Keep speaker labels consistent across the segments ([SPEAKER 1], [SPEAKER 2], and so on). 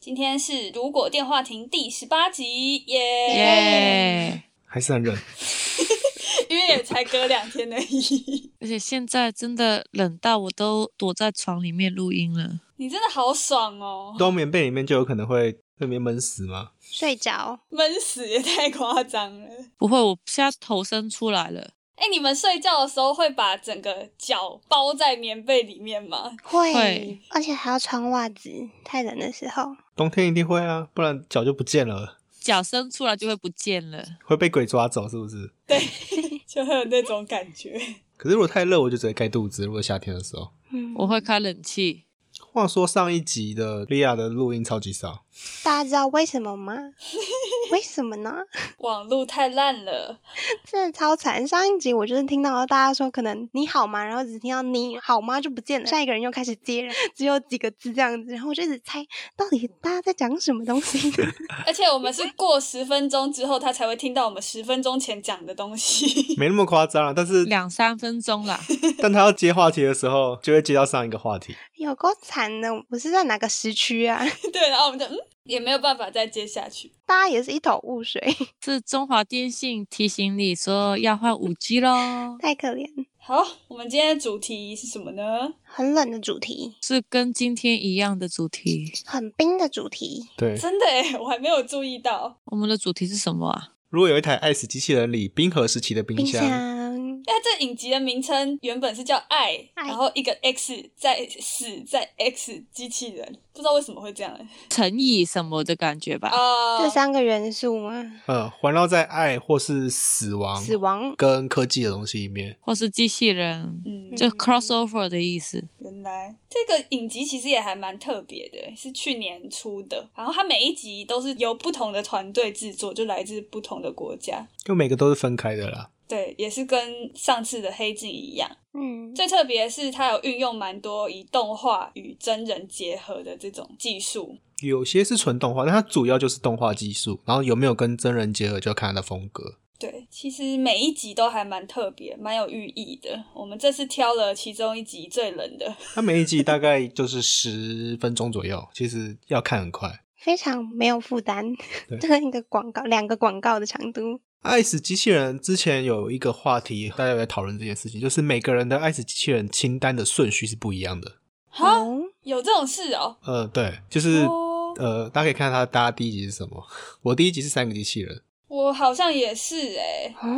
[SPEAKER 1] 今天是《如果电话亭》第十八集，耶！
[SPEAKER 2] 耶！
[SPEAKER 3] 还是很冷，
[SPEAKER 1] 因为也才隔两天而已。
[SPEAKER 2] 而且现在真的冷到我都躲在床里面录音了。
[SPEAKER 1] 你真的好爽哦，
[SPEAKER 3] 冬棉被里面就有可能会被里面闷死吗？
[SPEAKER 4] 睡着，
[SPEAKER 1] 闷死也太夸张了。
[SPEAKER 2] 不会，我现在头伸出来了，
[SPEAKER 1] 哎，你们睡觉的时候会把整个脚包在棉被里面吗？
[SPEAKER 2] 会
[SPEAKER 4] 而且还要穿袜子，太冷的时候。
[SPEAKER 3] 冬天一定会啊，不然脚就不见了，
[SPEAKER 2] 脚伸出来就会不见了。
[SPEAKER 3] 会被鬼抓走，是不是？
[SPEAKER 1] 就会有那种感觉。
[SPEAKER 3] 可是如果太热，我就直接盖肚子。如果夏天的时候，
[SPEAKER 4] 嗯
[SPEAKER 2] 我会开冷气，
[SPEAKER 3] 话说上一集的莉亚的录音超级少，
[SPEAKER 4] 大家知道为什么 吗？为什么呢？
[SPEAKER 1] 网路太烂了，
[SPEAKER 4] 真的超惨！上一集我就是听到大家说可能你好吗，然后只听到你好吗就不见了，下一个人又开始接了，只有几个字这样子，然后我就一直猜到底大家在讲什么东 西。
[SPEAKER 1] 而且我们是过十分钟之后，他才会听到我们十分钟前讲的东西。
[SPEAKER 3] 没那么夸张啊。但是，
[SPEAKER 2] 两三分钟啦。
[SPEAKER 3] 但他要接话题的时候，就会接到上一个话题。
[SPEAKER 4] 有够惨的，我是在哪个时区啊？
[SPEAKER 1] 对，然后我们就嗯，也没有办法再接下去。
[SPEAKER 4] 大家也是一头雾水，
[SPEAKER 2] 是中华电信提醒你说要换五 G 咯，
[SPEAKER 4] 太可怜。
[SPEAKER 1] 好，我们今天的主题是什么呢？
[SPEAKER 4] 很冷的主题，
[SPEAKER 2] 是跟今天一样的主题。
[SPEAKER 4] 很冰的主题，
[SPEAKER 3] 对，
[SPEAKER 1] 真的诶，我还没有注意到。
[SPEAKER 2] 我们的主题是什么啊？
[SPEAKER 3] 如果有一台爱死机器人里冰河时期的冰
[SPEAKER 4] 冰
[SPEAKER 3] 箱，
[SPEAKER 4] 箱。
[SPEAKER 1] 哎，这影集的名称原本是叫《爱》，
[SPEAKER 4] 爱
[SPEAKER 1] 然后一个 X 在死在 X 机器人，不知道为什么会这样哎。
[SPEAKER 2] 乘以什么的感觉吧？
[SPEAKER 1] 啊、
[SPEAKER 4] 这三个元素啊吗？
[SPEAKER 3] 嗯，环绕在爱或是死亡、
[SPEAKER 4] 死亡，
[SPEAKER 3] 跟科技的东西里面。
[SPEAKER 2] 或是机器人，
[SPEAKER 1] 嗯，
[SPEAKER 2] 就 crossover 的意思。
[SPEAKER 1] 原来这个影集其实也还蛮特别的，是去年出的。然后它每一集都是由不同的团队制作，就来自不同的国家。
[SPEAKER 3] 就每个都是分开的啦。
[SPEAKER 1] 对，也是跟上次的黑镜一样。
[SPEAKER 4] 嗯，
[SPEAKER 1] 最特别的是，它有运用蛮多以动画与真人结合的这种技术。
[SPEAKER 3] 有些是纯动画，但它主要就是动画技术，然后有没有跟真人结合，就要看它的风格。
[SPEAKER 1] 对，其实每一集都还蛮特别，蛮有寓意的。我们这次挑了其中一集最冷的，
[SPEAKER 3] 它每一集大概就是十分钟左右，其实要看很快。
[SPEAKER 4] 非常没有负担
[SPEAKER 3] 对，
[SPEAKER 4] 这一个广告，两个广告的长度。
[SPEAKER 3] 爱死机器人之前有一个话题，大家有在讨论这件事情，就是每个人的爱死机器人清单的顺序是不一样的。
[SPEAKER 1] 哈，
[SPEAKER 4] 哦，
[SPEAKER 1] 有这种事哦。
[SPEAKER 3] 呃，对，就是
[SPEAKER 1] 哦，
[SPEAKER 3] 呃，大家可以看它大家第一集是什么。我第一集是三个机器人，
[SPEAKER 1] 我好像也是哎、
[SPEAKER 4] 哦，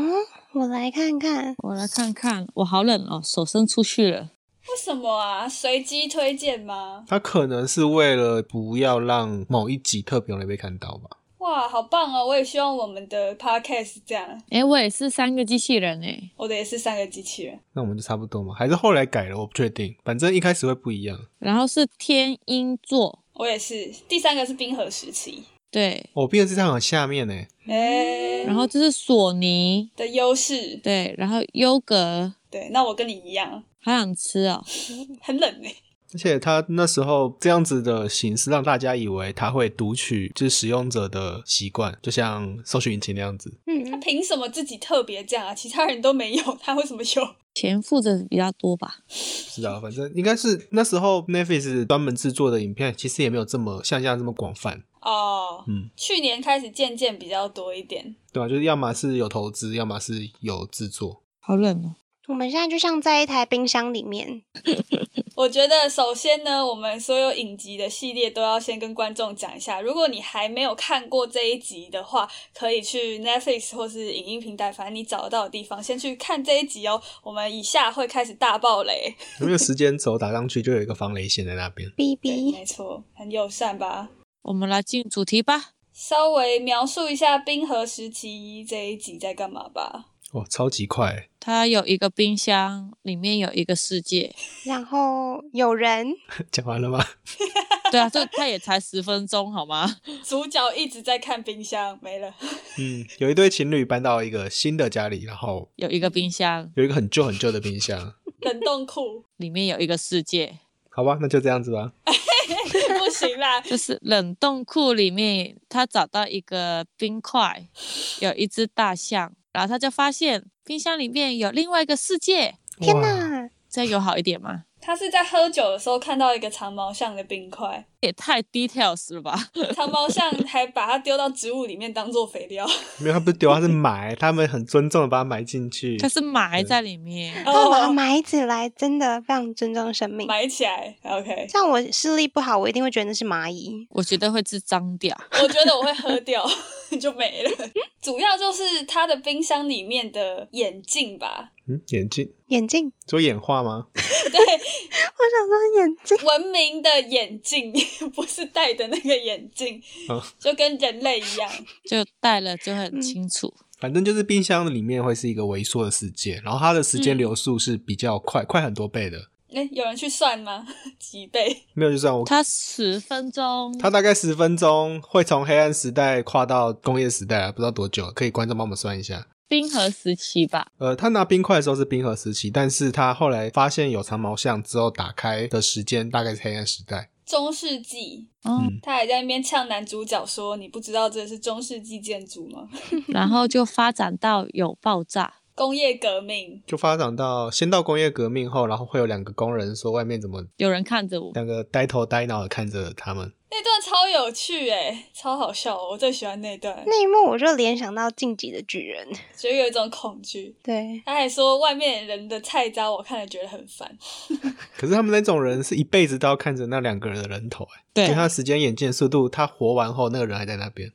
[SPEAKER 4] 我来看看。
[SPEAKER 2] 我来看看，我好冷哦，手伸出去了。
[SPEAKER 1] 为什么啊？随机推荐吗？
[SPEAKER 3] 它可能是为了不要让某一集特别容易被看到吧。
[SPEAKER 1] 哇，好棒哦！我也希望我们的 podcast 这样，
[SPEAKER 2] 诶，我也是三个机器人诶，
[SPEAKER 1] 我的也是三个机器人。
[SPEAKER 3] 那我们就差不多嘛，还是后来改了，我不确定，反正一开始会不一样。
[SPEAKER 2] 然后是天鹰座，
[SPEAKER 1] 我也是，第三个是冰河时期，
[SPEAKER 2] 对，
[SPEAKER 3] 我变成是在很下面呢，
[SPEAKER 1] 哎、
[SPEAKER 2] 然后这是索尼，
[SPEAKER 1] 的优势，
[SPEAKER 2] 对，然后优格，
[SPEAKER 1] 对，那我跟你一样，
[SPEAKER 2] 好想吃哦，
[SPEAKER 1] 很冷哎、
[SPEAKER 3] 而且他那时候这样子的形式，让大家以为他会读取就是使用者的习惯，就像搜索引擎那样子。
[SPEAKER 1] 他
[SPEAKER 4] 嗯，
[SPEAKER 1] 凭什么自己特别这样啊？其他人都没有，他为什么有？
[SPEAKER 2] 钱付的比较多吧？
[SPEAKER 3] 不知道，反正应该是那时候 Netflix 专门制作的影片，其实也没有这么像这样这么广泛，
[SPEAKER 1] 哦，
[SPEAKER 3] 嗯，
[SPEAKER 1] 去年开始渐渐比较多一点，
[SPEAKER 3] 对啊吧？就是要么是有投资，要么是有制作。
[SPEAKER 2] 好冷哦，
[SPEAKER 4] 我们现在就像在一台冰箱里面，
[SPEAKER 1] 我觉得首先呢，我们所有影集的系列都要先跟观众讲一下。如果你还没有看过这一集的话，可以去 Netflix 或是影音平台，反正你找得到的地方，先去看这一集哦。我们以下会开始大爆雷，
[SPEAKER 3] 有没有时间轴打上去，就有一个防雷线在那边。
[SPEAKER 4] B
[SPEAKER 1] 对
[SPEAKER 4] B，
[SPEAKER 1] 没错，很友善吧？
[SPEAKER 2] 我们来进主题吧。
[SPEAKER 1] 稍微描述一下冰河时期这一集在干嘛吧。
[SPEAKER 3] 哦，超级快！
[SPEAKER 2] 它有一个冰箱，里面有一个世界，
[SPEAKER 4] 然后有人
[SPEAKER 3] 讲完了吗？
[SPEAKER 2] 对啊，这它也才十分钟好吗？
[SPEAKER 1] 主角一直在看冰箱，没了。
[SPEAKER 3] 嗯， 有一对情侣搬到一个新的家里，然后
[SPEAKER 2] 有一个冰箱，
[SPEAKER 3] 有一个很旧很旧的冰箱。
[SPEAKER 1] 冷冻库
[SPEAKER 2] 里面有一个世界，
[SPEAKER 3] 好吧，那就这样子吧。
[SPEAKER 1] 不行啦，
[SPEAKER 2] 就是冷冻库里面，他找到一个冰块，有一只大象，然后他就发现冰箱里面有另外一个世界，
[SPEAKER 4] 天
[SPEAKER 3] 哇，
[SPEAKER 4] 哪，
[SPEAKER 2] 这有好一点吗？
[SPEAKER 1] 他是在喝酒的时候看到一个长毛象的冰块，
[SPEAKER 2] 也太 details 了吧？
[SPEAKER 1] 长毛象还把它丢到植物里面当做肥料。
[SPEAKER 3] 没有，他不是丢，他是埋，他们很尊重的把它埋进去
[SPEAKER 2] 它。是埋在里面，
[SPEAKER 4] 他把它
[SPEAKER 1] 哦，
[SPEAKER 4] 埋起来，真的非常尊重生命。
[SPEAKER 1] 埋起来，OK。
[SPEAKER 4] 像我视力不好，我一定会觉得那是蚂蚁。
[SPEAKER 2] 我觉得会是脏掉。
[SPEAKER 1] 我觉得我会喝掉， 就没了。主要就是他的冰箱里面的眼镜吧，
[SPEAKER 3] 嗯，眼镜，
[SPEAKER 4] 眼镜，
[SPEAKER 3] 做演化吗？
[SPEAKER 1] 对，
[SPEAKER 4] 我想说眼镜，
[SPEAKER 1] 文明的眼镜，不是戴的那个眼镜
[SPEAKER 3] 哦，
[SPEAKER 1] 就跟人类一样。
[SPEAKER 2] 就戴了就会很清楚。
[SPEAKER 3] 反正就是冰箱里面会是一个萎缩的世界，然后它的时
[SPEAKER 4] 嗯
[SPEAKER 3] 间流速是比较快，快很多倍的。
[SPEAKER 1] 哎、有人去算吗？几倍？
[SPEAKER 3] 没有，就算我
[SPEAKER 2] 它十分钟，
[SPEAKER 3] 它大概十分钟会从黑暗时代跨到工业时代啊，不知道多久，可以观众帮我们算一下。
[SPEAKER 2] 冰河时期吧，
[SPEAKER 3] 呃，他拿冰块的时候是冰河时期，但是他后来发现有长毛象之后，打开的时间大概是黑暗时代。
[SPEAKER 1] 中世纪，
[SPEAKER 2] 嗯，
[SPEAKER 1] 他还在那边呛男主角说：“你不知道这是中世纪建筑吗？
[SPEAKER 2] 然后就发展到有爆炸，
[SPEAKER 1] 工业革命，
[SPEAKER 3] 就发展到先到工业革命后，然后会有两个工人说外面怎么
[SPEAKER 2] 有人看着我，
[SPEAKER 3] 两个呆头呆脑的看着他们，
[SPEAKER 1] 那段超有趣哎、超好笑、哦，我最喜欢那段，
[SPEAKER 4] 那一幕我就联想到《晋级的巨人》。
[SPEAKER 1] 觉得有一种恐惧。
[SPEAKER 4] 对，
[SPEAKER 1] 他还说外面人的菜渣，我看了觉得很烦。
[SPEAKER 3] 可是他们那种人是一辈子都要看着那两个人的人头、欸，因
[SPEAKER 2] 对
[SPEAKER 3] 为他时间眼见速度，他活完后那个人还在那边。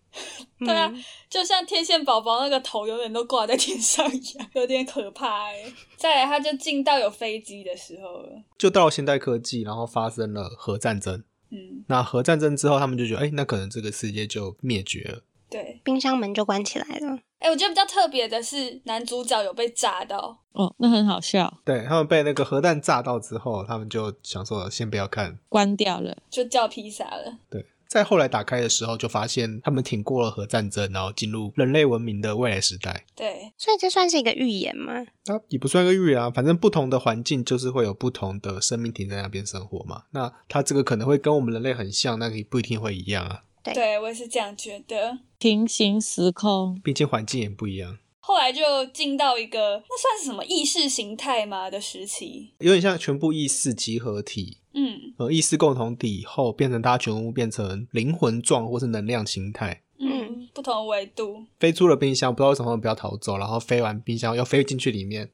[SPEAKER 4] 嗯
[SPEAKER 1] 对啊，就像天线宝宝那个头永远都挂在天上一样，有点可怕哎、再来，他就进到有飞机的时候了，
[SPEAKER 3] 就到了现代科技，然后发生了核战争。
[SPEAKER 1] 嗯，
[SPEAKER 3] 那核战争之后，他们就觉得，哎、那可能这个世界就灭绝了。
[SPEAKER 1] 对。
[SPEAKER 4] 冰箱门就关起来了。
[SPEAKER 1] 哎、我觉得比较特别的是，男主角有被炸到，
[SPEAKER 2] 哦，那很好笑，
[SPEAKER 3] 对他们被那个核弹炸到之后，他们就想说先不要看。
[SPEAKER 2] 关掉了，
[SPEAKER 1] 就叫披萨了。
[SPEAKER 3] 对，在后来打开的时候，就发现他们挺过了核战争，然后进入人类文明的未来时代。
[SPEAKER 1] 对，
[SPEAKER 4] 所以这算是一个预言吗？
[SPEAKER 3] 那、也不算个预言啊，反正不同的环境就是会有不同的生命体在那边生活嘛。那它这个可能会跟我们人类很像，但也不一定会一样啊，
[SPEAKER 4] 对
[SPEAKER 1] 对我也是这样觉得。
[SPEAKER 2] 平行时空，
[SPEAKER 3] 毕竟环境也不一样。
[SPEAKER 1] 后来就进到一个那算是什么意识形态嘛的时期，
[SPEAKER 3] 有点像全部意识集合体，
[SPEAKER 1] 嗯
[SPEAKER 3] 呃，意识共同体以后变成大家全部变成灵魂状或是能量形态，
[SPEAKER 1] 嗯，不同维度，
[SPEAKER 3] 飞出了冰箱，不知道为什么他们不要逃走，然后飞完冰箱又飞进去里面，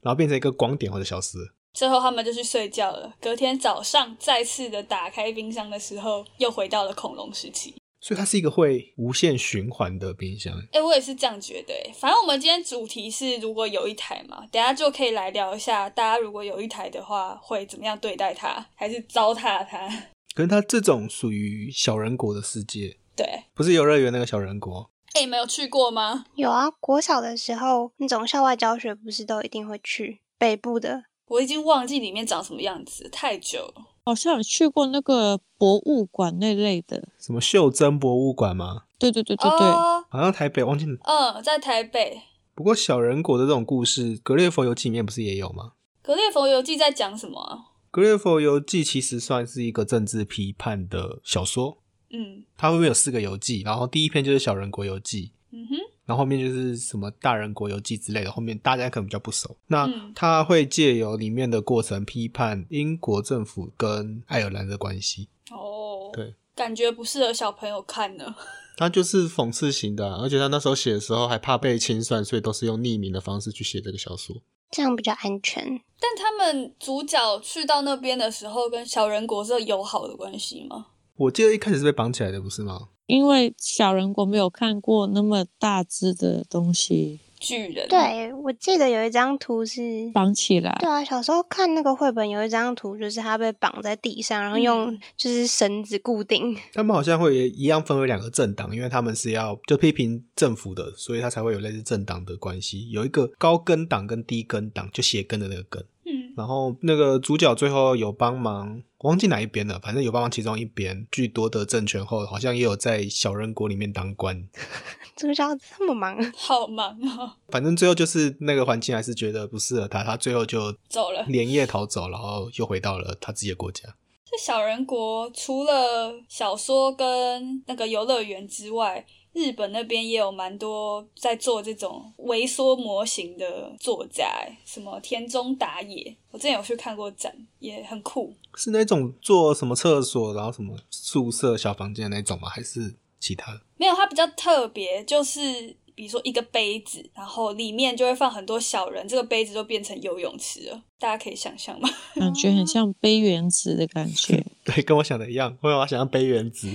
[SPEAKER 3] 然后变成一个光点或者消失了。
[SPEAKER 1] 最后他们就去睡觉了。隔天早上再次的打开冰箱的时候，又回到了恐龙时期。
[SPEAKER 3] 所以它是一个会无限循环的冰箱。
[SPEAKER 1] 哎、我也是这样觉得、诶反正我们今天主题是如果有一台嘛，等一下就可以来聊一下，大家如果有一台的话，会怎么样对待它，还是糟蹋它？
[SPEAKER 3] 可是它这种属于小人国的世界，
[SPEAKER 1] 对，
[SPEAKER 3] 不是游乐园那个小人国。
[SPEAKER 1] 哎、你们有去过吗？
[SPEAKER 4] 有啊，国小的时候那种校外教学不是都一定会去北部的？
[SPEAKER 1] 我已经忘记里面长什么样子，太久了。
[SPEAKER 2] 好像有去过那个博物馆那类的，
[SPEAKER 3] 什么袖珍博物馆吗？
[SPEAKER 2] 对对对对对，
[SPEAKER 1] 哦
[SPEAKER 3] 好像台北忘记了。
[SPEAKER 1] 嗯，在台北，
[SPEAKER 3] 不过小人国的这种故事，《格列佛游记》里面不是也有吗？
[SPEAKER 1] 《格列佛游记》在讲什么啊、
[SPEAKER 3] 《格列佛游记》其实算是一个政治批判的小说，
[SPEAKER 1] 嗯
[SPEAKER 3] 它后面有四个游记，然后第一篇就是小人国游记，
[SPEAKER 1] 嗯哼，
[SPEAKER 3] 然后后面就是什么大人国游记之类的，后面大家可能比较不熟。那
[SPEAKER 1] 嗯
[SPEAKER 3] 它会借由里面的过程批判英国政府跟爱尔兰的关系，
[SPEAKER 1] 哦，
[SPEAKER 3] 对，
[SPEAKER 1] 感觉不适合小朋友看呢。
[SPEAKER 3] 它就是讽刺型的啊、而且他那时候写的时候还怕被清算，所以都是用匿名的方式去写这个小说。
[SPEAKER 4] 这样比较安全。
[SPEAKER 1] 但他们主角去到那边的时候，跟小人国是有友好的关系吗？
[SPEAKER 3] 我记得一开始是被绑起来的，不是吗？
[SPEAKER 2] 因为小人国没有看过那么大只的东西
[SPEAKER 1] 巨人，，
[SPEAKER 4] 对，我记得有一张图是。
[SPEAKER 2] 绑起来，
[SPEAKER 4] 对啊，小时候看那个绘本有一张图，就是他被绑在地上，然后用
[SPEAKER 1] 嗯
[SPEAKER 4] 就是绳子固定。
[SPEAKER 3] 他们好像会一样分为两个政党，因为他们是要就批评政府的，所以他才会有类似政党的关系。有一个高根党跟低根党，就斜根的那个根。
[SPEAKER 1] 嗯，嗯，
[SPEAKER 3] 然后那个主角最后有帮忙，我忘记哪一边了，反正有帮忙其中一边。据夺得政权后，好像也有在小人国里面当官。
[SPEAKER 4] 主角这么忙，
[SPEAKER 1] 好忙哦，
[SPEAKER 3] 反正最后就是那个环境还是觉得不适合他，他最后就
[SPEAKER 1] 走了。
[SPEAKER 3] 连夜逃走，然后又回到了他自己的国家。
[SPEAKER 1] 这小人国除了小说跟那个游乐园之外，日本那边也有蛮多在做这种微缩模型的作家欸，什么田中打野，我之前有去看过展，也很酷。
[SPEAKER 3] 是那种做什么厕所，然后什么宿舍小房间的那种吗？还是其他的？
[SPEAKER 1] 没有，它比较特别，就是比如说一个杯子，然后里面就会放很多小人，这个杯子就变成游泳池了，大家可以想象 吗？
[SPEAKER 2] 感觉很像杯原子的感觉。
[SPEAKER 3] 对，跟我想的一样，我有想要背原子。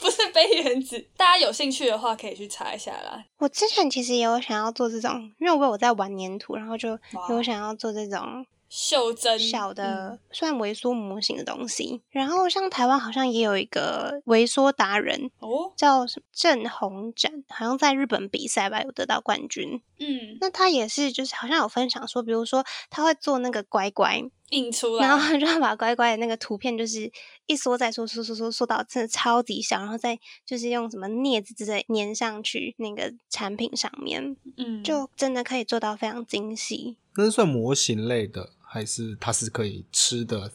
[SPEAKER 1] 不是杯原子，大家有兴趣的话可以去查一下啦。
[SPEAKER 4] 我之前其实也有想要做这种，因为我有在玩粘土，然后就
[SPEAKER 1] 哇
[SPEAKER 4] 有想要做这种
[SPEAKER 1] 袖珍
[SPEAKER 4] 小的
[SPEAKER 1] 嗯
[SPEAKER 4] 算微缩模型的东西。然后像台湾好像也有一个微缩达人，
[SPEAKER 1] 哦，
[SPEAKER 4] 叫什么郑宏展，好像在日本比赛吧，有得到冠军。
[SPEAKER 1] 嗯，
[SPEAKER 4] 那他也是，就是好像有分享说，比如说他会做那个乖乖，
[SPEAKER 1] 印出来
[SPEAKER 4] 然后他就要把乖乖的那个图片，就是一缩再缩，缩缩缩缩到真的超级小，然后再就是用什么镊子之类粘上去那个产品上面，
[SPEAKER 1] 嗯，
[SPEAKER 4] 就真的可以做到非常精细。
[SPEAKER 3] 那是算模型类的，还是它是可以吃的？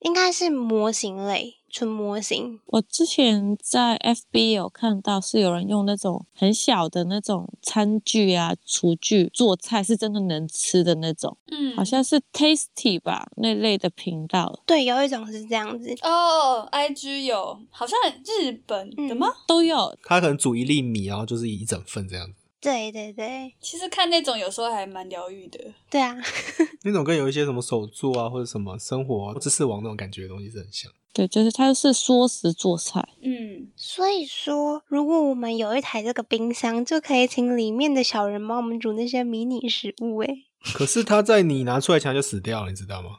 [SPEAKER 4] 应该是模型类，纯模型，
[SPEAKER 2] 我之前在 FB 有看到是有人用那种很小的那种餐具啊、厨具做菜，是真的能吃的那种，
[SPEAKER 1] 嗯，
[SPEAKER 2] 好像是 Tasty 吧那类的频道
[SPEAKER 4] 对，有一种是这样子，
[SPEAKER 1] 哦，IG 有，好像日本的吗？
[SPEAKER 4] 嗯
[SPEAKER 2] 都有。
[SPEAKER 3] 它可能煮一粒米，然后就是一整份这样子。
[SPEAKER 4] 对对对，
[SPEAKER 1] 其实看那种有时候还蛮疗愈的。
[SPEAKER 4] 对啊，
[SPEAKER 3] 那种跟有一些什么手作啊，或者什么生活、啊、知识网那种感觉的东西是很像。
[SPEAKER 2] 对，就是它是缩食做菜，
[SPEAKER 1] 嗯，
[SPEAKER 4] 所以说，如果我们有一台这个冰箱，就可以请里面的小人帮我们煮那些迷你食物。欸诶，
[SPEAKER 3] 可是它在你拿出来前就死掉了，你知道吗？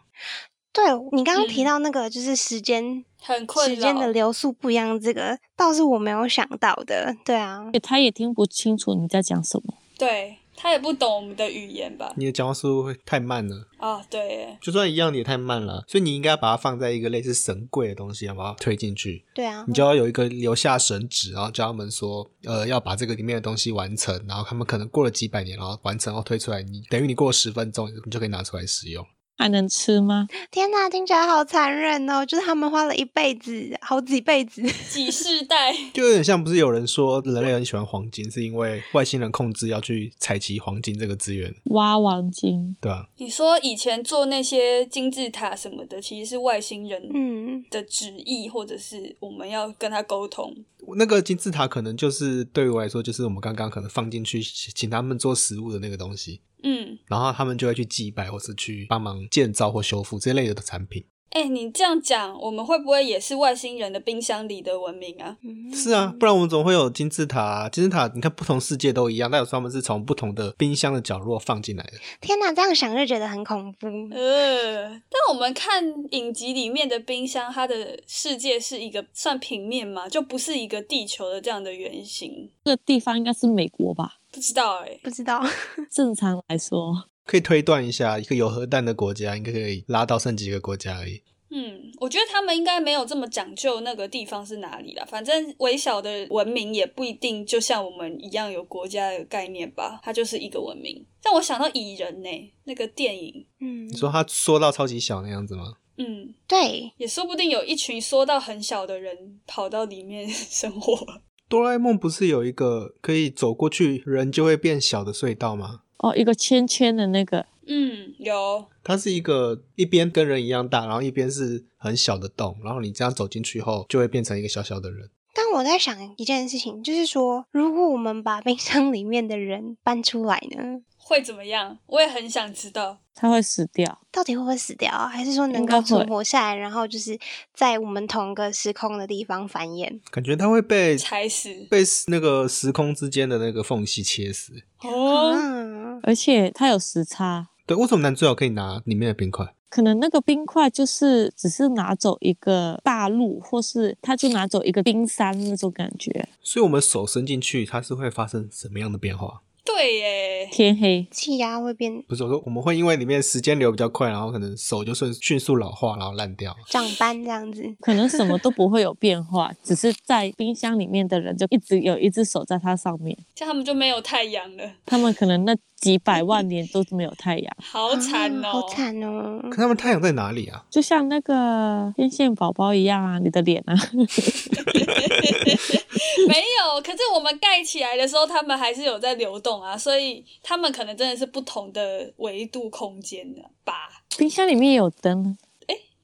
[SPEAKER 4] 对你刚刚提
[SPEAKER 1] 嗯
[SPEAKER 4] 到那个，就是时间、
[SPEAKER 1] 很困
[SPEAKER 4] 时间的
[SPEAKER 1] 扰。
[SPEAKER 4] 流速不一样，这个倒是我没有想到的。对啊，
[SPEAKER 2] 对，它也听不清楚你在讲什么。
[SPEAKER 1] 对他也不懂我们的语言吧？
[SPEAKER 3] 你的讲话速度会太慢了，
[SPEAKER 1] 啊，对耶，
[SPEAKER 3] 就算一样你也太慢了，所以你应该把它放在一个类似绳柜的东西，然后把它推进去。
[SPEAKER 4] 对啊
[SPEAKER 3] 你，就要有一个留下绳纸，然后叫他们说，呃，要把这个里面的东西完成，然后他们可能过了几百年，然后完成后哦推出来，你等于你过了十分钟，你就可以拿出来使用。
[SPEAKER 2] 还能吃吗？
[SPEAKER 4] 天哪，听起来好残忍哦！就是他们花了一辈子，好几辈子。
[SPEAKER 1] 几世代
[SPEAKER 3] 就有点像，不是有人说人类很喜欢黄金，是因为外星人控制要去采集黄金这个资源，
[SPEAKER 2] 挖王金，
[SPEAKER 3] 对吧、
[SPEAKER 1] 你说以前做那些金字塔什么的，其实是外星人
[SPEAKER 4] 嗯，
[SPEAKER 1] 的旨意，或者是我们要跟他沟通。
[SPEAKER 3] 那个金字塔可能就是对于我来说，就是我们刚刚可能放进去请他们做食物的那个东西，
[SPEAKER 1] 嗯，
[SPEAKER 3] 然后他们就会去祭拜或是去帮忙建造或修复这类的产品。
[SPEAKER 1] 哎，你这样讲，我们会不会也是外星人的冰箱里的文明 啊？
[SPEAKER 4] 嗯
[SPEAKER 3] 是啊，不然我们总会有金字塔、啊。金字塔，你看不同世界都一样，但有时候他们是从不同的冰箱的角落放进来的。
[SPEAKER 4] 天哪，这样想就觉得很恐怖。
[SPEAKER 1] 呃，但我们看影集里面的冰箱，它的世界是一个算平面嘛，就不是一个地球的这样的圆形。
[SPEAKER 2] 这个地方应该是美国吧？
[SPEAKER 1] 不知道哎、
[SPEAKER 4] 不知道，
[SPEAKER 2] 正常来说，
[SPEAKER 3] 可以推断一下，一个有核弹的国家应该可以拉到剩几个国家而已。
[SPEAKER 1] 嗯，我觉得他们应该没有这么讲究那个地方是哪里啦。反正微小的文明也不一定就像我们一样有国家的概念吧，它就是一个文明。但我想到蚁人呢、那个电影，
[SPEAKER 4] 嗯，
[SPEAKER 3] 你说它缩到超级小那样子吗？
[SPEAKER 1] 嗯，
[SPEAKER 4] 对，
[SPEAKER 1] 也说不定有一群缩到很小的人跑到里面 生活。
[SPEAKER 3] 哆啦 A 梦不是有一个可以走过去人就会变小的隧道吗？
[SPEAKER 2] 哦，一个圈圈的那个，
[SPEAKER 1] 嗯，有，
[SPEAKER 3] 它是一个一边跟人一样大，然后一边是很小的洞，然后你这样走进去后就会变成一个小小的人。
[SPEAKER 4] 但我在想一件事情，就是说，如果我们把冰箱里面的人搬出来呢，
[SPEAKER 1] 会怎么样？我也很想知道。
[SPEAKER 2] 它会死掉。
[SPEAKER 4] 到底会不会死掉啊？还是说能
[SPEAKER 2] 应该
[SPEAKER 4] 够存
[SPEAKER 2] 会
[SPEAKER 4] 活下来，然后就是在我们同个时空的地方繁衍？
[SPEAKER 3] 感觉它会被
[SPEAKER 1] 踩死
[SPEAKER 3] 被那个时空之间的那个缝隙切死。
[SPEAKER 1] 哦，
[SPEAKER 4] 嗯，
[SPEAKER 2] 而且它有时差，
[SPEAKER 3] 对，为什么男主角可以拿里面的冰块？
[SPEAKER 2] 可能那个冰块就是只是拿走一个大陆，或是他就拿走一个冰山那种感觉。
[SPEAKER 3] 所以我们手伸进去，它是会发生什么样的变化？
[SPEAKER 1] 对耶，
[SPEAKER 2] 天黑。
[SPEAKER 4] 气压会变
[SPEAKER 3] 不是我说，我们会因为里面时间流比较快，然后可能手就瞬迅速老化，然后烂掉。
[SPEAKER 4] 长斑这样子。
[SPEAKER 2] 可能什么都不会有变化， 只是在冰箱里面的人就一直有一只手在它上面，
[SPEAKER 1] 这样他们就没有太阳了，
[SPEAKER 2] 他们可能那几百万年都没有太阳，
[SPEAKER 1] 好惨哦，
[SPEAKER 4] 啊好惨哦！
[SPEAKER 3] 可他们太阳在哪里啊？
[SPEAKER 2] 就像那个天线宝宝一样啊，你的脸啊，
[SPEAKER 1] 没有，可是我们盖起来的时候，他们还是有在流动啊，所以他们可能真的是不同的维度空间的吧？
[SPEAKER 2] 冰箱里面有灯，啊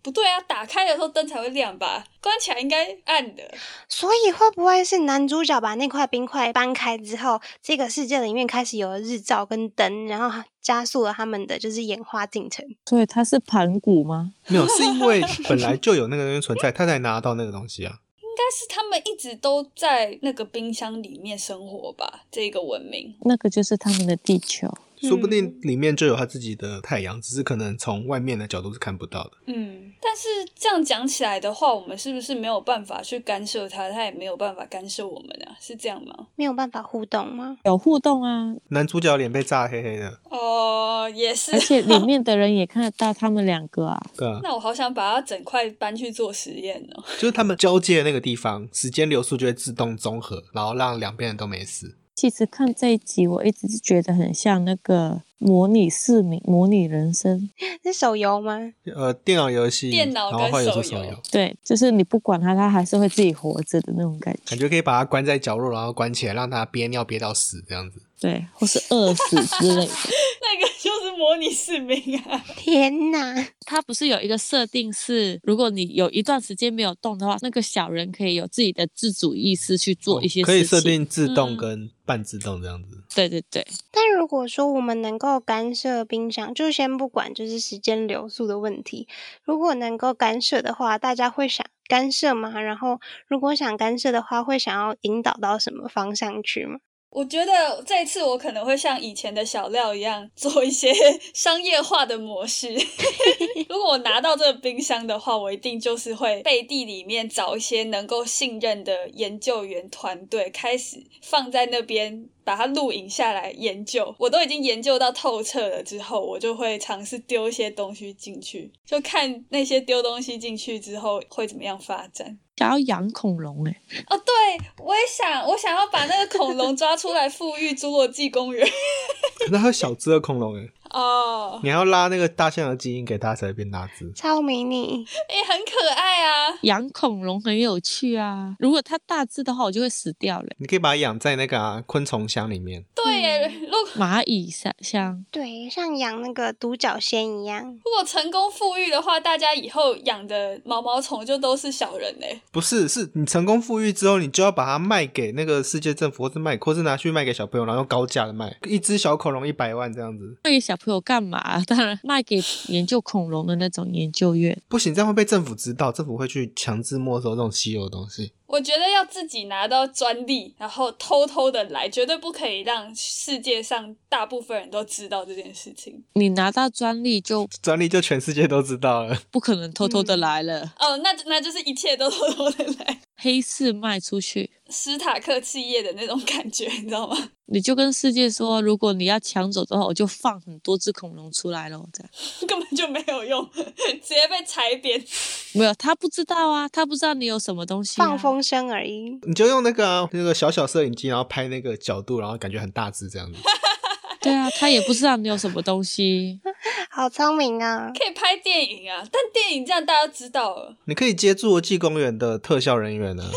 [SPEAKER 1] 不对啊，打开的时候灯才会亮吧，关起来应该暗的。
[SPEAKER 4] 所以会不会是男主角把那块冰块搬开之后，这个世界里面开始有了日照跟灯，然后加速了他们的就是演化进程？
[SPEAKER 2] 所以它是盘古吗？
[SPEAKER 3] 没有，是因为本来就有那个东西存在，他才拿到那个东西啊。
[SPEAKER 1] 但是他们一直都在那个冰箱里面生活吧，这个文明。
[SPEAKER 2] 那个就是他们的地球。
[SPEAKER 3] 说不定里面就有他自己的太阳，只是可能从外面的角度是看不到的。
[SPEAKER 1] 嗯，但是这样讲起来的话，我们是不是没有办法去干涉它，它也没有办法干涉我们啊？是这样吗？
[SPEAKER 4] 没有办法互动吗？
[SPEAKER 2] 有互动啊，
[SPEAKER 3] 男主角脸被炸黑黑的，
[SPEAKER 1] 哦，也是
[SPEAKER 2] 而。且里面的人也看得到他们两个啊。
[SPEAKER 3] 对啊，
[SPEAKER 1] 那我好想把它整块搬去做实验哦。
[SPEAKER 3] 就是他们交界的那个地方，时间流速就会自动综合，然后让两边人都没事。
[SPEAKER 2] 其实看这一集，我一直是觉得很像那个模拟市民、模拟人生。
[SPEAKER 4] 是手游吗？
[SPEAKER 3] 呃，电脑游戏，
[SPEAKER 1] 电脑
[SPEAKER 3] 然
[SPEAKER 1] 跟
[SPEAKER 3] 后会有做
[SPEAKER 1] 手
[SPEAKER 3] 手
[SPEAKER 1] 游
[SPEAKER 3] 游，
[SPEAKER 2] 对，就是你不管他，他还是会自己活着的那种感觉。
[SPEAKER 3] 感觉可以把它关在角落，然后关起来，让它憋尿憋到死这样子。
[SPEAKER 2] 对，或是饿死之 类的。
[SPEAKER 1] 那个 就是模拟市民啊。
[SPEAKER 4] 天哪！
[SPEAKER 2] 它不是有一个设定是，如果你有一段时间没有动的话，那个小人可以有自己的自主意识去做一些事情。
[SPEAKER 3] 哦可以设。定自动
[SPEAKER 1] 嗯
[SPEAKER 3] 跟半自动这样子。
[SPEAKER 2] 对对对，
[SPEAKER 4] 但如果说我们能够干涉冰箱，就先不管就是时间流速的问题，如果能够干涉的话，大家会想干涉吗？然后如果想干涉的话，会想要引导到什么方向去吗？
[SPEAKER 1] 我觉得这一次我可能会像以前的小廖一样，做一些 商业化的模式。 如果我拿到这个冰箱的话，我一定就是会背地里面找一些能够信任的研究员团队，开始放在那边。把它录影下来研究，我都已经研究到透彻了之后，我就会尝试丢一些东西进去，就看那些丢东西进去之后会怎么样发展。
[SPEAKER 2] 想要养恐龙哎、
[SPEAKER 1] 哦，对，我也想，我想要把那个恐龙抓出来，富裕侏罗纪公园。
[SPEAKER 3] 可是还有小只的恐龙诶，欸
[SPEAKER 1] 哦，
[SPEAKER 3] 你还要拉那个大象的基因给它才会变大只。
[SPEAKER 4] 超迷你，
[SPEAKER 1] 哎、很可爱啊！
[SPEAKER 2] 养恐龙很有趣啊。如果它大只的话，我就会死掉嘞、
[SPEAKER 3] 你可以把它养在那个、啊、昆虫箱里面，
[SPEAKER 1] 对耶，如果
[SPEAKER 2] 蚂蚁像像
[SPEAKER 4] 对，像养那个独角仙一样。
[SPEAKER 1] 如果成功富裕的话，大家以后养的毛毛虫就都是小人嘞。
[SPEAKER 3] 不是，是你成功富裕之后，你就要把它卖给那个世界政府，或是卖，或是拿去卖给小朋友，然后用高价的卖，一只小恐龙一百万这样子，
[SPEAKER 2] 卖给小朋友干嘛？啊 当然卖给研究恐龙的那种研究院。
[SPEAKER 3] 不行，这样会被政府知道，政府会去强制没收这种稀有的东西。
[SPEAKER 1] 我觉得要自己拿到专利，然后偷偷的来，绝对不可以让世界上大部分人都知道这件事情。
[SPEAKER 2] 你拿到专利就
[SPEAKER 3] 专利就全世界都知道了，
[SPEAKER 2] 不可能偷偷
[SPEAKER 4] 嗯
[SPEAKER 2] 的来了，
[SPEAKER 1] 哦，那那就是一切都偷偷的来，
[SPEAKER 2] 黑市卖出去。
[SPEAKER 1] 史塔克企业的那种感觉，你知道吗？
[SPEAKER 2] 你就跟世界说，如果你要抢走的话，我就放很多只恐龙出来咯。这样
[SPEAKER 1] 根本就没有用， 直接被踩扁。
[SPEAKER 2] 没有，他不知道啊，他不知道你有什么东西、啊。
[SPEAKER 4] 放，风声而已，
[SPEAKER 3] 你就用那个、啊、那个小小摄影机，然后拍那个角度，然后感觉很大只这样子。
[SPEAKER 2] 对啊，他也不知道你有什么东西。
[SPEAKER 4] 好聪明啊！
[SPEAKER 1] 可以拍电影啊，但电影这样大家都知道了，
[SPEAKER 3] 你可以接侏罗纪公园的特效人员啊呢、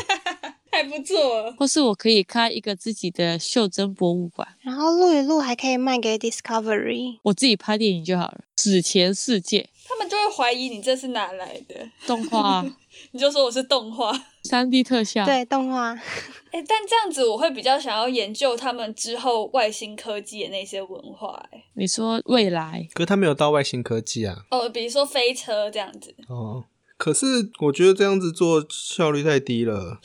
[SPEAKER 1] 还不错了。
[SPEAKER 2] 或是我可以开一个自己的袖珍博物馆，
[SPEAKER 4] 然后录一录还可以卖给 Discovery，
[SPEAKER 2] 我自己拍电影就好了。史前世界
[SPEAKER 1] 他们就会怀疑你这是哪来的，
[SPEAKER 2] 动 画、
[SPEAKER 1] 你就说我是动 画。
[SPEAKER 2] 三 D 特 效，，
[SPEAKER 4] 对，动画。
[SPEAKER 1] 哎、但这样子我会比较想要研究他们之后外星科技的那些文化、哎，
[SPEAKER 2] 你说未来
[SPEAKER 3] 可是他没有到外星科技啊。
[SPEAKER 1] 哦，比如说飞车这样子，
[SPEAKER 3] 哦，可是我觉得这样子做效率太低了。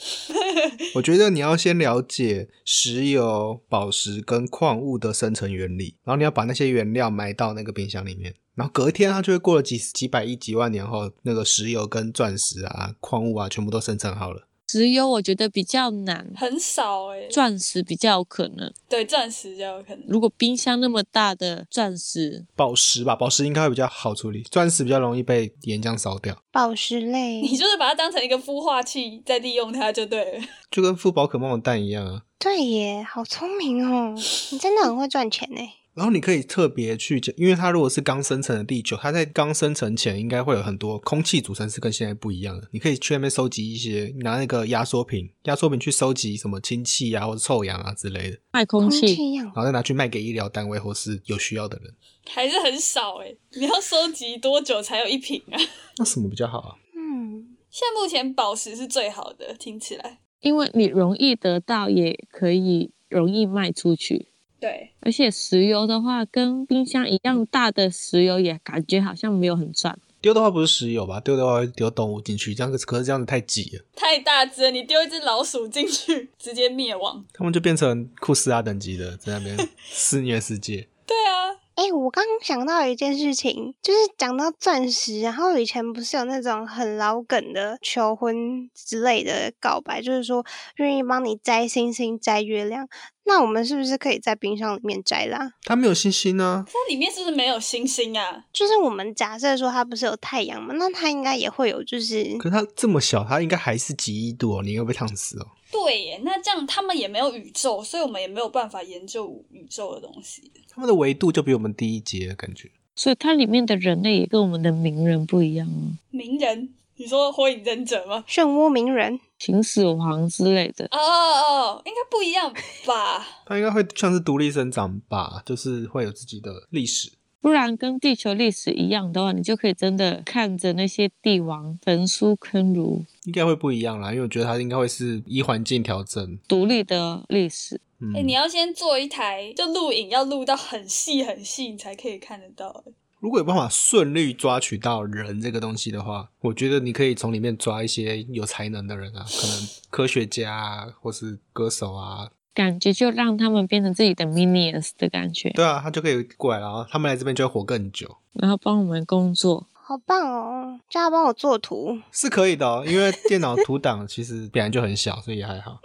[SPEAKER 3] 我觉得你要先了解石油、宝石跟矿物的生成原理，然后你要把那些原料埋到那个冰箱里面，然后隔一天它就会过了几几百亿、几万年后，那个石油跟钻石啊、矿物啊全部都生成好了。
[SPEAKER 2] 石油我觉得比较难，
[SPEAKER 1] 很少哎、欸。
[SPEAKER 2] 钻石比较有可能。
[SPEAKER 1] 对，钻石就有可能。
[SPEAKER 2] 如果冰箱那么大的钻石，
[SPEAKER 3] 宝石吧，宝石应该会比较好处理，钻石比较容易被岩浆烧掉，
[SPEAKER 4] 宝石类，
[SPEAKER 1] 你就是把它当成一个孵化器，再利用它就对了。
[SPEAKER 3] 就跟孵宝可梦的蛋一样啊。
[SPEAKER 4] 对耶，好聪明哦，你真的很会赚钱呢。
[SPEAKER 3] 然后你可以特别去讲，因为它如果是刚生成的地球，它在刚生成前应该会有很多空气组成是跟现在不一样的。你可以去那边收集一些，拿那个压缩瓶，压缩瓶去收集什么氢气啊或者臭氧啊之类的，
[SPEAKER 2] 卖 空气，
[SPEAKER 4] 样
[SPEAKER 3] 然后再拿去卖给医疗单位或是有需要的人。
[SPEAKER 1] 还是很少哎、你要收集多久才有一瓶啊？
[SPEAKER 3] 那什么比较好啊？
[SPEAKER 4] 嗯，
[SPEAKER 1] 现在目前宝石是最好的，听起来。
[SPEAKER 2] 因为你容易得到，也可以容易卖出去。
[SPEAKER 1] 对，
[SPEAKER 2] 而且石油的话，跟冰箱一样大的石油也感觉好像没有很赚。
[SPEAKER 3] 丢的话不是石油吧？丢的话会丢动物进去，这样可可是这样子太挤了，
[SPEAKER 1] 太大只了，你丢一只老鼠进去，直接灭亡。
[SPEAKER 3] 他们就变成库斯拉等级的，在那边肆虐世界。
[SPEAKER 1] 对啊，
[SPEAKER 4] 哎、我刚想到一件事情，就是讲到钻石，然后以前不是有那种很老梗的求婚之类的告白，就是说愿意帮你摘星星、摘月亮，那我们是不是可以在冰箱里面摘啦？
[SPEAKER 3] 它没有星星啊呢、
[SPEAKER 1] 它里面是不是没有星星啊？
[SPEAKER 4] 就是我们假设说它不是有太阳嘛，那它应该也会有，就是
[SPEAKER 3] 可是它这么小，它应该还是几亿度哦，你会被烫死哦。
[SPEAKER 1] 对耶，那这样他们也没有宇宙，所以我们也没有办法研究宇宙的东西。
[SPEAKER 3] 他们的维度就比我们低一阶，感觉。
[SPEAKER 2] 所以它里面的人类也跟我们的名人不一样哦，
[SPEAKER 1] 名人，你说火影忍者吗？
[SPEAKER 4] 漩涡鸣人。
[SPEAKER 2] 秦始皇之类的。
[SPEAKER 1] 哦哦，哦，应该不一样吧？
[SPEAKER 3] 它应该会像是独立生长吧，就是会有自己的历史。
[SPEAKER 2] 不然跟地球历史一样的话，你就可以真的看着那些帝王焚书坑儒，
[SPEAKER 3] 应该会不一样啦，因为我觉得它应该会是依环境调整。
[SPEAKER 2] 独立的历史。
[SPEAKER 3] 嗯，
[SPEAKER 1] 哎、你要先做一台，就录影要录到很细很细，你才可以看得到。
[SPEAKER 3] 如果有办法顺利抓取到人这个东西的话，我觉得你可以从里面抓一些有才能的 人啊，可能科学家啊，或是歌手啊，
[SPEAKER 2] 感觉就让他们变成自己的 minions 的感觉，
[SPEAKER 3] 对啊，他就可以过来了啊，然后他们来这边就会活更久，
[SPEAKER 2] 然后帮我们工作。
[SPEAKER 4] 好棒哦！叫他帮我做图，
[SPEAKER 3] 是可以的、哦，因为电脑图档其实本来就很小，所以也还好。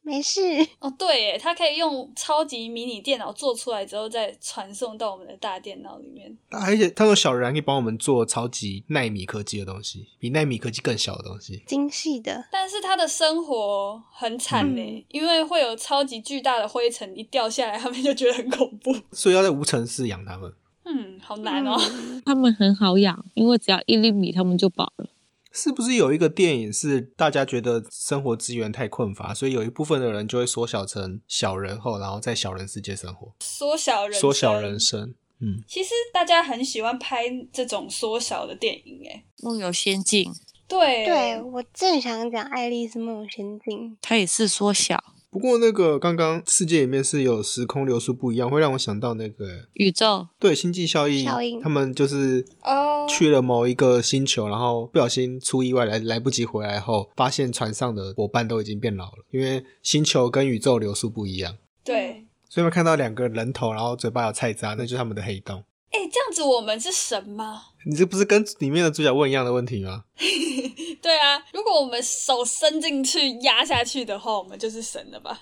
[SPEAKER 4] 没事。
[SPEAKER 1] 哦，对耶，它可以用超级迷你电脑做出来之后，再传送到我们的大电脑里面。
[SPEAKER 3] 而且他说小人还可以帮我们做超级纳米科技的东西，比纳米科技更小的东西。
[SPEAKER 4] 精细的，
[SPEAKER 1] 但是他的生活很惨呢、
[SPEAKER 4] 嗯
[SPEAKER 1] 因为会有超级巨大的灰尘一掉下来，他们就觉得很恐怖。
[SPEAKER 3] 所以要在无尘室养他们，
[SPEAKER 1] 嗯，好难哦。
[SPEAKER 4] 嗯
[SPEAKER 2] 他们很好养，因为只要一粒米他们就饱了。
[SPEAKER 3] 是不是有一个电影是大家觉得生活资源太困乏，所以有一部分的人就会缩小成小人后，然后在小人世界生活，
[SPEAKER 1] 缩小人，
[SPEAKER 3] 缩小人。生。嗯，
[SPEAKER 1] 其实大家很喜欢拍这种缩小的电影，哎，
[SPEAKER 2] 梦游仙境，
[SPEAKER 1] 对
[SPEAKER 4] 对我正想讲《爱丽丝梦游仙境
[SPEAKER 2] 它也是缩小
[SPEAKER 3] 不过那个刚刚世界里面是有时空流速不一样，会让我想到那个
[SPEAKER 2] 宇宙。
[SPEAKER 3] 对星际效应，
[SPEAKER 4] 效应
[SPEAKER 3] 他们就是
[SPEAKER 1] 哦，
[SPEAKER 3] 去了某一个星球，然后不小心出意外来来不及回来后，发现船上的伙伴都已经变老了，因为星球跟宇宙流速不一样，
[SPEAKER 1] 对，
[SPEAKER 3] 所以我们看到两个人头，然后嘴巴有菜渣，那就是他们的黑洞。
[SPEAKER 1] 哎、这样子我们是神吗？
[SPEAKER 3] 你这不是跟里面的主角问一样的问题 吗？
[SPEAKER 1] 对啊，如果我们手伸进去压下去的话，我们就是神了吧？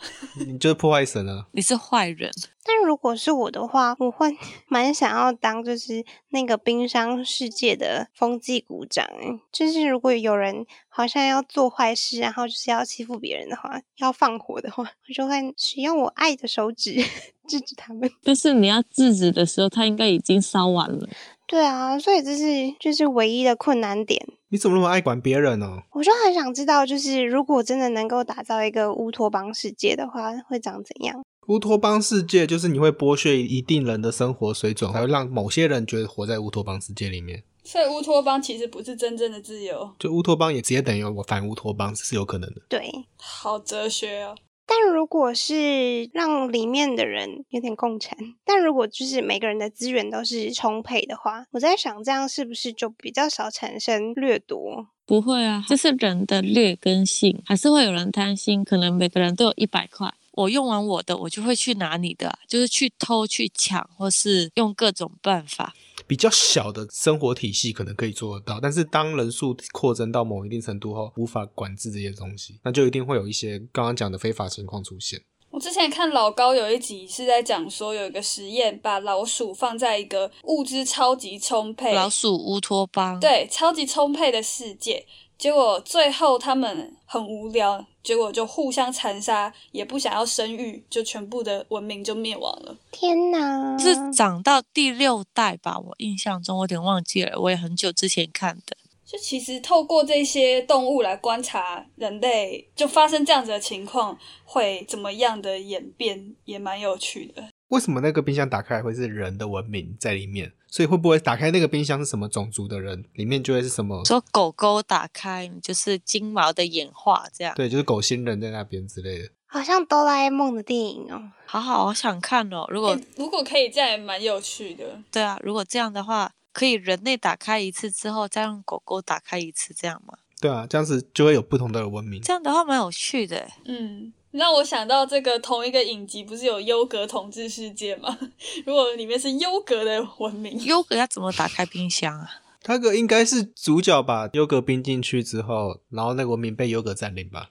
[SPEAKER 3] 你就是破坏神啊！
[SPEAKER 2] 你是坏人，》。
[SPEAKER 4] 但如果是我的话，我会 蛮想要当就是那个冰箱世界的风纪股长欸。就是如果有人好像要做坏事，然后就是要欺负别人的话，要放火的话，我就会使用我爱的手指 制止他们。
[SPEAKER 2] 但是你要制止的时候，它应该已经烧完了。
[SPEAKER 4] 对啊，所以这是就是唯一的困难点。
[SPEAKER 3] 你怎么那么爱管别人哦？
[SPEAKER 4] 我就很想知道，就是如果真的能够打造一个乌托邦世界的话，会长怎样？
[SPEAKER 3] 乌托邦世界就是你会剥削一定人的生活水准，还会让某些人觉得活在乌托邦世界里面。
[SPEAKER 1] 所以乌托邦其实不是真正的自由，
[SPEAKER 3] 就乌托邦也直接等于我反乌托邦是有可能的。
[SPEAKER 4] 对，
[SPEAKER 1] 好哲学哦。
[SPEAKER 4] 但如果是让里面的人有点共产，但如果就是每个人的资源都是充沛的话，我在想这样是不是就比较少产生掠夺？
[SPEAKER 2] 不会啊，这是人的劣根性，还是会有人贪心。可能每个人都有一百块，我用完我的，我就会去拿你的啊、就是去偷、去抢，或是用各种办法。
[SPEAKER 3] 比较小的生活体系可能可以做得到，但是当人数扩增到某一定程度后，无法管制这些东西，那就一定会有一些刚刚讲的非法情况出现。
[SPEAKER 1] 我之前看老高有一集是在讲说，有一个实验把老鼠放在一个物资超级充沛、
[SPEAKER 2] 老鼠乌托邦，，
[SPEAKER 1] 对超级充沛的世界，结果最后他们很无聊，结果就互相残杀，也不想要生育，就全部的文明就灭亡了。
[SPEAKER 4] 天哪！
[SPEAKER 2] 是长到第六代吧？我印象中我有点忘记了，我也很久之前看的。
[SPEAKER 1] 就其实透过这些动物来观察人类，就发生这样子的情况会怎么样的演变，也蛮有趣的。
[SPEAKER 3] 为什么那个冰箱打开来会是人的文明在里面？所以会不会打开那个冰箱是什么种族的人，里面就会是什么？
[SPEAKER 2] 说狗狗打开就是金毛的演化，这样，
[SPEAKER 3] 对，就是狗星人在那边之类的。
[SPEAKER 4] 好像哆啦 A 梦的电影哦。
[SPEAKER 2] 好好好想看哦。如果
[SPEAKER 1] 欸如果可以，这样也蛮有趣的。
[SPEAKER 2] 对啊，如果这样的话，可以人类打开一次之后，再让狗狗打开一次，这样吗？
[SPEAKER 3] 对啊，这样子就会有不同的文明。
[SPEAKER 2] 这样的话蛮有趣的欸。
[SPEAKER 1] 嗯，让我想到这个同一个影集，不是有优格统治世界吗？ 如果里面是优格的文明，
[SPEAKER 2] 优格要怎么打开冰箱 啊？
[SPEAKER 3] 那个应该是主角把优格冰进去之后，然后那个文明被优格占领 吧？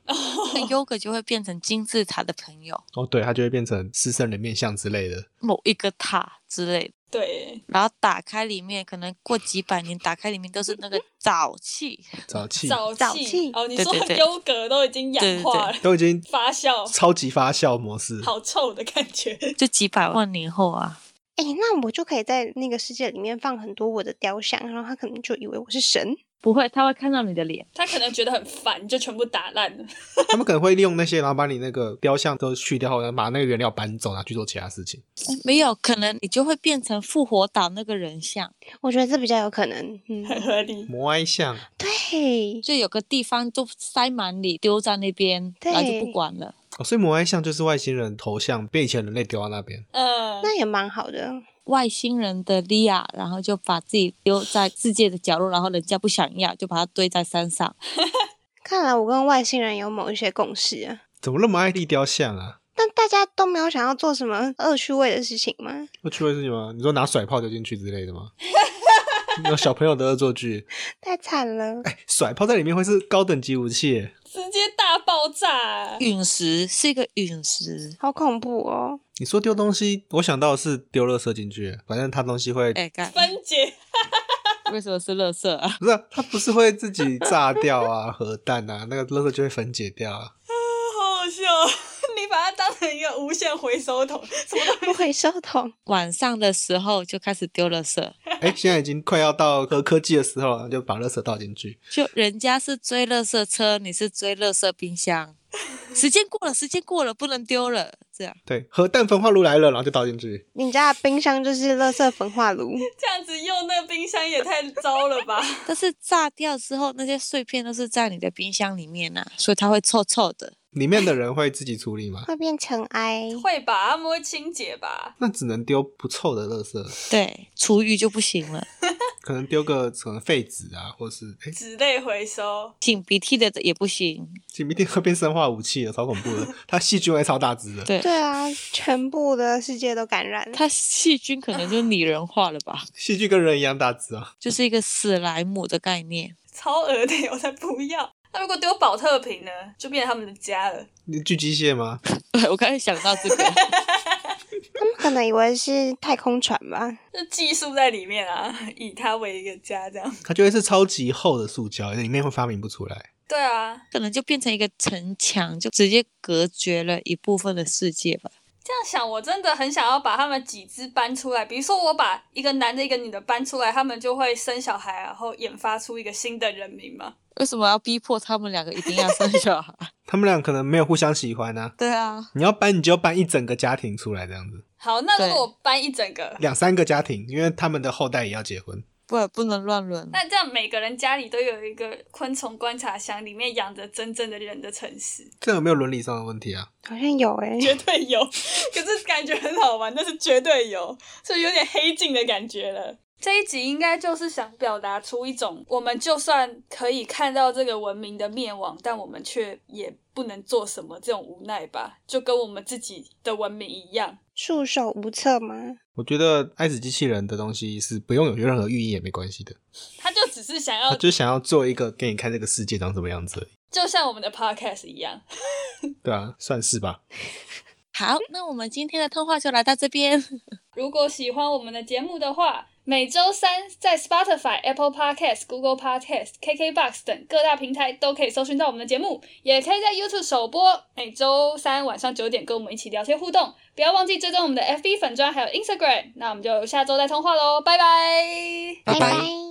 [SPEAKER 2] 那优格就会变成金字塔的朋友，
[SPEAKER 3] 哦，对，它就会变成狮身人面像之类的。
[SPEAKER 2] 某一个塔之类的。
[SPEAKER 1] 对，
[SPEAKER 2] 然后打开里面，可能过几百年打开里面都是那个沼气，
[SPEAKER 3] 早期
[SPEAKER 1] 沼
[SPEAKER 4] 沼
[SPEAKER 1] 气
[SPEAKER 4] 气
[SPEAKER 1] 哦，你
[SPEAKER 2] 对
[SPEAKER 1] 说
[SPEAKER 2] 对对
[SPEAKER 1] 优格都已经氧化了，
[SPEAKER 3] 都已经
[SPEAKER 1] 发酵，
[SPEAKER 3] 超级发酵模式。
[SPEAKER 1] 好臭的感觉。
[SPEAKER 2] 就几百万年后啊。
[SPEAKER 4] 哎，那我就可以在那个世界里面放很多我的雕像，然后他可能就以为我是神。
[SPEAKER 2] 不会，他会看到你的脸。
[SPEAKER 1] 他可能觉得很烦，就全部打烂了。
[SPEAKER 3] 他们可能会利用那些，然后把你那个雕像都去掉后，然后把那个原料搬走，拿去做其他事情。
[SPEAKER 2] 没有，可能你就会变成复活岛那个人像，
[SPEAKER 4] 我觉得这比较有可能。嗯，
[SPEAKER 1] 很合理。
[SPEAKER 3] 摩埃像，
[SPEAKER 4] 对，
[SPEAKER 2] 就有个地方就塞满你，丢在那边，然后就不
[SPEAKER 4] 对
[SPEAKER 2] 管了。
[SPEAKER 3] 哦，所以摩埃像就是外星人头像被以前人类丢到那边。
[SPEAKER 1] 嗯，
[SPEAKER 4] 那也蛮好的。
[SPEAKER 2] 外星人的利亚，然后就把自己丢在世界的角落，然后人家不想要，就把它堆在山上。
[SPEAKER 4] 看来我跟外星人有某一些共识啊。
[SPEAKER 3] 怎么那么爱立雕像啊？
[SPEAKER 4] 但大家都没有想要做什么恶趣味的事情吗？
[SPEAKER 3] 有趣味是什么？你说拿甩炮丢进去之类的 吗？有小朋友的恶作剧，哎
[SPEAKER 4] 太惨了！
[SPEAKER 1] 哎
[SPEAKER 3] 甩炮在里面会是高等级武器耶，
[SPEAKER 1] 直接大爆炸，
[SPEAKER 2] 陨石是一个陨石，
[SPEAKER 4] 好恐怖哦！
[SPEAKER 3] 你说丢东西，我想到的是丢垃圾进去，反正它东西会，
[SPEAKER 2] 哎、干，
[SPEAKER 1] 分解。
[SPEAKER 2] 为什么是垃圾啊？
[SPEAKER 3] 不是啊它不是会自己炸掉啊， 核弹啊，那个垃圾就会分解掉啊。
[SPEAKER 1] 好好笑！ 你把它当成一个无限回收桶， 什么都
[SPEAKER 4] 回收桶，
[SPEAKER 2] 晚上的时候就开始丢垃圾，
[SPEAKER 3] 哎、现在已经快要到科科技的时候了，就把垃圾倒进去。
[SPEAKER 2] 就人家是追垃圾车，你是追垃圾冰箱。时间过了，时间过了，不能丢了，这样
[SPEAKER 3] 对，核弹焚化炉来了，然后就倒进去。
[SPEAKER 4] 你家的冰箱就是垃圾焚化炉，
[SPEAKER 1] 这样子用那冰箱也太糟了吧？
[SPEAKER 2] 但是炸掉之后，那些碎片都是在你的冰箱里面呐、所以它会臭臭的。
[SPEAKER 3] 里面的人会自己处理吗？
[SPEAKER 4] 会变尘埃。
[SPEAKER 1] 会吧，他们会清洁吧？
[SPEAKER 3] 那只能丢不臭的垃圾，
[SPEAKER 2] 对，厨余就不行了，
[SPEAKER 3] 可能丢个可能废纸啊，或是哎，
[SPEAKER 1] 纸类回收，
[SPEAKER 2] 擤鼻涕的也不行。
[SPEAKER 3] 这一定会变生化武器的，超恐怖的，它细菌会超大只的。
[SPEAKER 2] 对，
[SPEAKER 4] 对啊，全部的世界都感染。
[SPEAKER 2] 它细菌可能就拟人化了吧，
[SPEAKER 3] 细菌跟人一样大只啊。
[SPEAKER 2] 就是一个史莱姆的概念。
[SPEAKER 1] 超额的，我才不要。 那如果丢保特瓶呢，就变成他们的家了。
[SPEAKER 3] 你巨机械吗？
[SPEAKER 2] 我刚才想到这个，
[SPEAKER 4] 他们可能以为是太空船吧？
[SPEAKER 1] 就寄宿在里面啊， 以它为一个家这样。
[SPEAKER 3] 它就会是超级厚的塑胶，里面会发明不出来。
[SPEAKER 1] 对啊，
[SPEAKER 2] 可能就变成一个城墙，就直接隔绝了一部分的世界吧。
[SPEAKER 1] 这样想，我真的很想要把他们几只搬出来。比如说，我把一个男的、一个女的搬出来，他们就会生小孩，然后研发出一个新的人民嘛。
[SPEAKER 2] 为什么要逼迫他们两个一定要生小孩？
[SPEAKER 3] 他们俩可能没有互相喜欢啊。
[SPEAKER 2] 对啊，
[SPEAKER 3] 你要搬，你就搬一整个家庭出来，这样子，
[SPEAKER 1] 好，那如
[SPEAKER 2] 对
[SPEAKER 1] 果我搬一整个，
[SPEAKER 3] 两三个家庭，因为他们的后代也要结婚。
[SPEAKER 2] 不然不能乱伦。
[SPEAKER 1] 那这样每个人家里都有一个昆虫观察箱，里面养着真正的人的城市，
[SPEAKER 3] 这有没有伦理上的问题啊？
[SPEAKER 4] 好像有诶、
[SPEAKER 1] 绝对 有。可是感觉很好玩，但是绝对有，所以有点黑镜的感觉了。这一集应该就是想表达出一种，我们就算可以看到这个文明的灭亡，但我们却也不能做什么，这种无奈吧，就跟我们自己的文明一样。
[SPEAKER 4] 束手无策吗？
[SPEAKER 3] 我觉得爱死机器人的东西是不用有任何寓意也没关系的，
[SPEAKER 1] 他就只是想
[SPEAKER 3] 他
[SPEAKER 1] 要，
[SPEAKER 3] 就想要做一个给你看这个世界长什么样子而已，
[SPEAKER 1] 就像我们的 podcast 一样。
[SPEAKER 3] 对啊，算是吧。
[SPEAKER 2] 好，那我们今天的通话就来到这边。
[SPEAKER 1] 如果喜欢我们的节目的话，每周三在 Spotify、Apple Podcast、Google Podcast、KKBox 等各大平台都可以搜寻到我们的节目，也可以在 YouTube 首播。每周三晚上九点跟我们一起聊天互动，不要忘记追踪我们的 FB 粉砖还有 Instagram。那我们就下周再通话喽，拜拜。
[SPEAKER 4] 拜拜